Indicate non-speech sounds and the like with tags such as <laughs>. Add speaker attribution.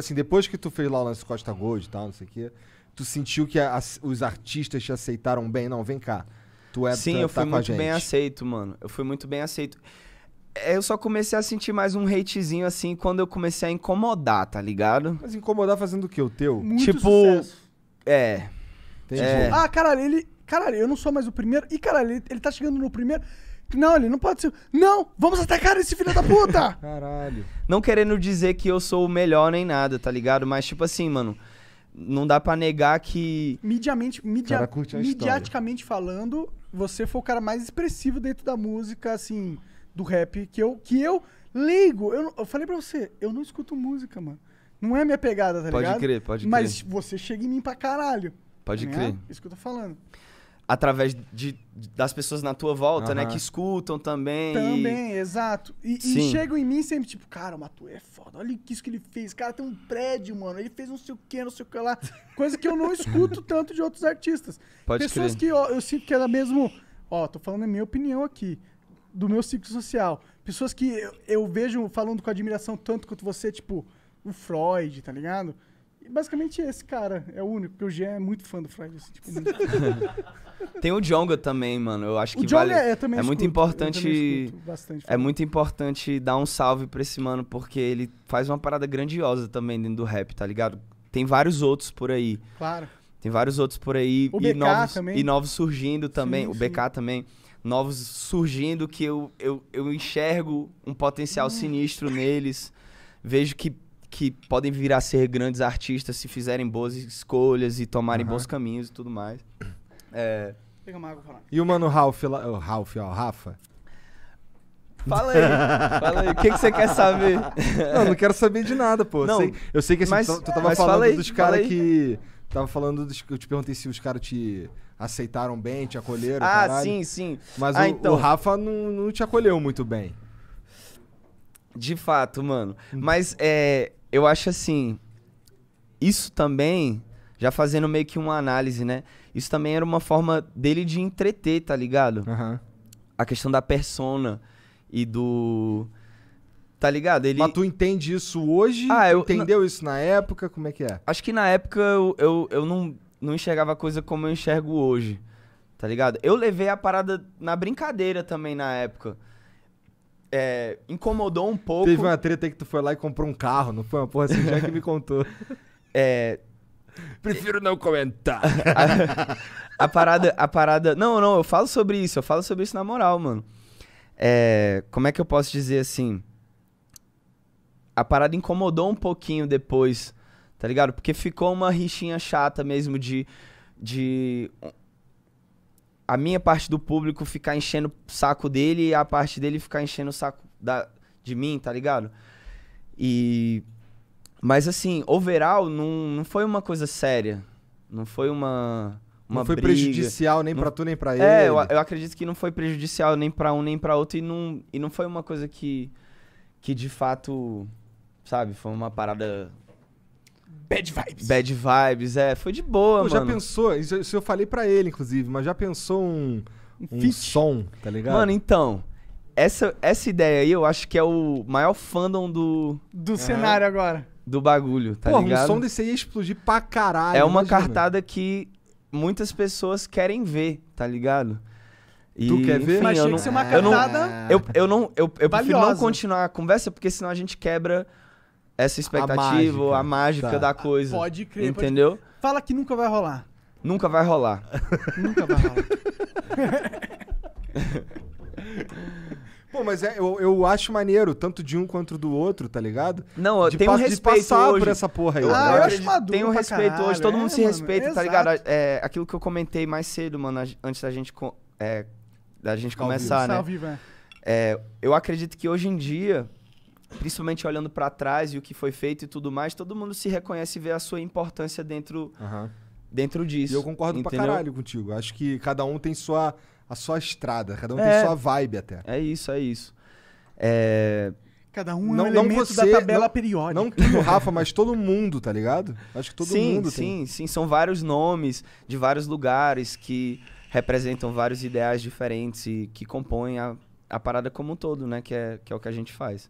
Speaker 1: assim, depois que tu fez lá o lance Costa Gold e tal, não sei o quê, tu sentiu que a- as- os artistas te aceitaram bem? Não, vem cá. Tu é
Speaker 2: Sim,
Speaker 1: tu,
Speaker 2: eu
Speaker 1: tá
Speaker 2: fui
Speaker 1: com a
Speaker 2: muito
Speaker 1: gente.
Speaker 2: bem assim. aceito, mano. Eu fui muito bem aceito. É, Eu só comecei a sentir mais um hatezinho assim quando eu comecei a incomodar, tá ligado?
Speaker 1: Mas incomodar fazendo o quê? O teu?
Speaker 3: Muito
Speaker 2: Tipo-
Speaker 3: sucesso.
Speaker 2: É.
Speaker 1: Entendi.
Speaker 3: Ah, caralho, ele. Caralho, eu não sou mais o primeiro. Ih, caralho, ele, ele tá chegando no primeiro. Não, ele não pode ser. Não! Vamos atacar esse filho da puta!
Speaker 1: Caralho.
Speaker 2: Não querendo dizer que eu sou o melhor nem nada, tá ligado? Mas tipo assim, mano, não dá pra negar que
Speaker 3: <laughs> Midiamente,
Speaker 1: O
Speaker 3: midia,
Speaker 1: cara curte a
Speaker 3: midiaticamente falando, você foi o cara mais expressivo dentro da música, assim, do rap, que eu, que eu leigo. Eu, não- eu falei pra você, eu não escuto música, mano. Não é minha pegada, tá
Speaker 2: Pode
Speaker 3: ligado?
Speaker 2: crer, pode
Speaker 3: Mas você chega em mim pra caralho.
Speaker 2: Pode
Speaker 3: né?
Speaker 2: crer.
Speaker 3: Isso que eu tô falando.
Speaker 2: através de, das pessoas na tua volta, né,
Speaker 1: Aham.
Speaker 2: que escutam também. e-
Speaker 3: Também, exato. E, e
Speaker 2: Sim.
Speaker 3: chegam em mim sempre, tipo, cara, o Matu é foda, olha que isso que ele fez. Cara, tem um prédio, mano. Ele fez não sei o que, não sei o
Speaker 2: <laughs>
Speaker 3: que lá. Coisa que eu não escuto tanto de outros artistas.
Speaker 2: Pode
Speaker 3: Pessoas
Speaker 2: crer.
Speaker 3: que ó, eu sinto que era mesmo. Ó, tô falando a minha opinião aqui, do meu ciclo social. Pessoas que eu, eu vejo falando com admiração tanto quanto você, tipo, o Freud, tá ligado? E basicamente esse cara é o único, porque o Jean é muito fã do Freud. assim, tipo,
Speaker 2: <laughs>
Speaker 3: muito.
Speaker 2: Tem o Jonga também, mano. Eu acho que
Speaker 3: o John
Speaker 2: vale.
Speaker 3: é, eu também
Speaker 2: é muito
Speaker 3: escuto, eu também
Speaker 2: importante.
Speaker 3: escuto bastante
Speaker 2: É muito importante dar um salve pra esse mano, porque ele faz uma parada grandiosa também dentro do rap, tá ligado? Tem vários outros por aí.
Speaker 3: Claro.
Speaker 2: Tem vários outros por aí.
Speaker 3: O
Speaker 2: e,
Speaker 3: BK
Speaker 2: novos,
Speaker 3: também.
Speaker 2: e novos surgindo também.
Speaker 3: Sim,
Speaker 2: o
Speaker 3: sim.
Speaker 2: BK também. Novos surgindo que eu, eu, eu enxergo um
Speaker 3: Hum.
Speaker 2: potencial sinistro neles. Vejo que, que podem vir a ser grandes artistas se fizerem boas escolhas e tomarem
Speaker 1: Aham.
Speaker 2: bons caminhos e tudo
Speaker 3: <laughs>
Speaker 2: mais. É...
Speaker 3: Pega uma água pra lá.
Speaker 1: E o mano Ralph lá. O Ralph, ó,
Speaker 2: <laughs>
Speaker 1: Rafa.
Speaker 2: Fala aí, fala aí. O que, que você quer saber?
Speaker 1: Não, não quero saber de nada, pô. Eu
Speaker 2: Não,
Speaker 1: sei- eu sei que assim,
Speaker 2: mas-
Speaker 1: tu, tu tava
Speaker 2: mas
Speaker 1: falando
Speaker 2: fala aí,
Speaker 1: dos
Speaker 2: fala
Speaker 1: caras
Speaker 2: aí.
Speaker 1: que. Tava falando dos. Eu te perguntei se os caras te aceitaram bem, te acolheram.
Speaker 2: ah,
Speaker 1: caralho.
Speaker 2: sim, sim.
Speaker 1: Mas
Speaker 2: Ah,
Speaker 1: o,
Speaker 2: então.
Speaker 1: o Rafa não, não te acolheu muito bem.
Speaker 2: De fato, mano. Mas é, eu acho assim, isso também, já fazendo meio que uma análise, né? Isso também era uma forma dele de entreter, tá ligado?
Speaker 1: Aham.
Speaker 2: A questão da persona e do. Tá ligado? Ele.
Speaker 1: Mas tu entende isso hoje?
Speaker 2: Ah, eu-
Speaker 1: Tu entendeu isso na época? Como é que é?
Speaker 2: Acho que na época eu, eu, eu não, não enxergava a coisa como eu enxergo hoje. Tá ligado? Eu levei a parada na brincadeira também na época. É, incomodou um pouco.
Speaker 1: Teve uma treta aí que tu foi lá e comprou um carro, não foi? Uma porra assim, já que me contou.
Speaker 2: <laughs> É,
Speaker 1: Prefiro não comentar.
Speaker 2: <laughs> A parada, a parada. Não, não, eu falo sobre isso, eu falo sobre isso na moral, mano. É, como é que eu posso dizer assim? A parada incomodou um pouquinho depois, tá ligado? Porque ficou uma rixinha chata mesmo de. de a minha parte do público ficar enchendo o saco dele e a parte dele ficar enchendo o saco da, de mim, tá ligado? E. Mas assim, overall, não, não foi uma coisa séria. Não foi uma. uma
Speaker 1: não foi
Speaker 2: briga.
Speaker 1: prejudicial nem
Speaker 2: Não-
Speaker 1: pra tu nem pra ele.
Speaker 2: É, eu, eu acredito que não foi prejudicial nem pra um nem pra outro e não, e não foi uma coisa que, que de fato, sabe, foi uma parada
Speaker 3: Bad vibes.
Speaker 2: bad vibes, é, foi de boa,
Speaker 1: Pô, já
Speaker 2: mano.
Speaker 1: pensou, isso, isso eu falei pra ele, inclusive, mas já pensou um, um
Speaker 3: feat.
Speaker 1: som, tá ligado?
Speaker 2: Mano, então, essa, essa ideia aí eu acho que é o maior fandom do,
Speaker 3: Do cenário agora.
Speaker 2: do bagulho, tá
Speaker 1: Porra, um
Speaker 2: ligado?
Speaker 1: som né? desse aí ia explodir pra caralho.
Speaker 2: é uma
Speaker 1: imagina.
Speaker 2: cartada que muitas pessoas querem ver, tá ligado? E,
Speaker 1: Tu quer ver?
Speaker 2: enfim,
Speaker 3: Mas
Speaker 2: eu
Speaker 3: tinha
Speaker 2: não-
Speaker 3: que ser uma
Speaker 2: eu não-
Speaker 3: cartada.
Speaker 2: Eu, eu não, eu, eu prefiro não
Speaker 3: Valiosa.
Speaker 2: continuar a conversa, porque senão a gente quebra essa expectativa, ou
Speaker 1: mágica.
Speaker 2: a mágica
Speaker 1: Tá.
Speaker 2: da coisa.
Speaker 3: Pode crer. pode-
Speaker 2: entendeu?
Speaker 3: Fala que nunca vai rolar.
Speaker 2: Nunca vai rolar.
Speaker 3: Nunca vai
Speaker 1: <laughs>
Speaker 3: rolar.
Speaker 1: Pô, mas é, eu, eu acho maneiro, tanto de um quanto do outro, tá ligado?
Speaker 2: Não,
Speaker 1: de
Speaker 2: tem um
Speaker 1: pa- de
Speaker 2: respeito
Speaker 1: passar
Speaker 2: hoje.
Speaker 1: por essa porra aí.
Speaker 3: Ah,
Speaker 1: tá
Speaker 3: eu
Speaker 1: ligado?
Speaker 3: acho maduro
Speaker 2: Tem um
Speaker 3: pra
Speaker 2: respeito hoje,
Speaker 3: caralho,
Speaker 2: todo
Speaker 3: é,
Speaker 2: mundo se
Speaker 3: mano,
Speaker 2: respeita, tá
Speaker 3: exato.
Speaker 2: ligado? A- É, aquilo que eu comentei mais cedo, mano, a- antes da gente, co- é, da gente
Speaker 1: Ao vivo.
Speaker 2: começar, né?
Speaker 3: Salve, velho.
Speaker 2: É, eu acredito que hoje em dia, principalmente olhando pra trás e o que foi feito e tudo mais, todo mundo se reconhece e vê a sua importância dentro,
Speaker 1: Aham.
Speaker 2: dentro disso.
Speaker 1: E eu concordo pra
Speaker 2: entendeu?
Speaker 1: caralho contigo. Acho que cada um tem sua, a sua estrada, cada um
Speaker 2: É.
Speaker 1: tem sua vibe até.
Speaker 2: É isso, é isso. É,
Speaker 3: Cada um
Speaker 1: Não-
Speaker 3: é um
Speaker 1: não
Speaker 3: elemento
Speaker 1: você,
Speaker 3: da tabela
Speaker 1: não-
Speaker 3: periódica.
Speaker 1: Não tu, Rafa, mas todo mundo, tá ligado? Acho que todo
Speaker 2: sim,
Speaker 1: mundo tem.
Speaker 2: sim, sim. São vários nomes de vários lugares que representam vários ideais diferentes e que compõem a, a parada como um todo, né? Que é, que é o que a gente faz.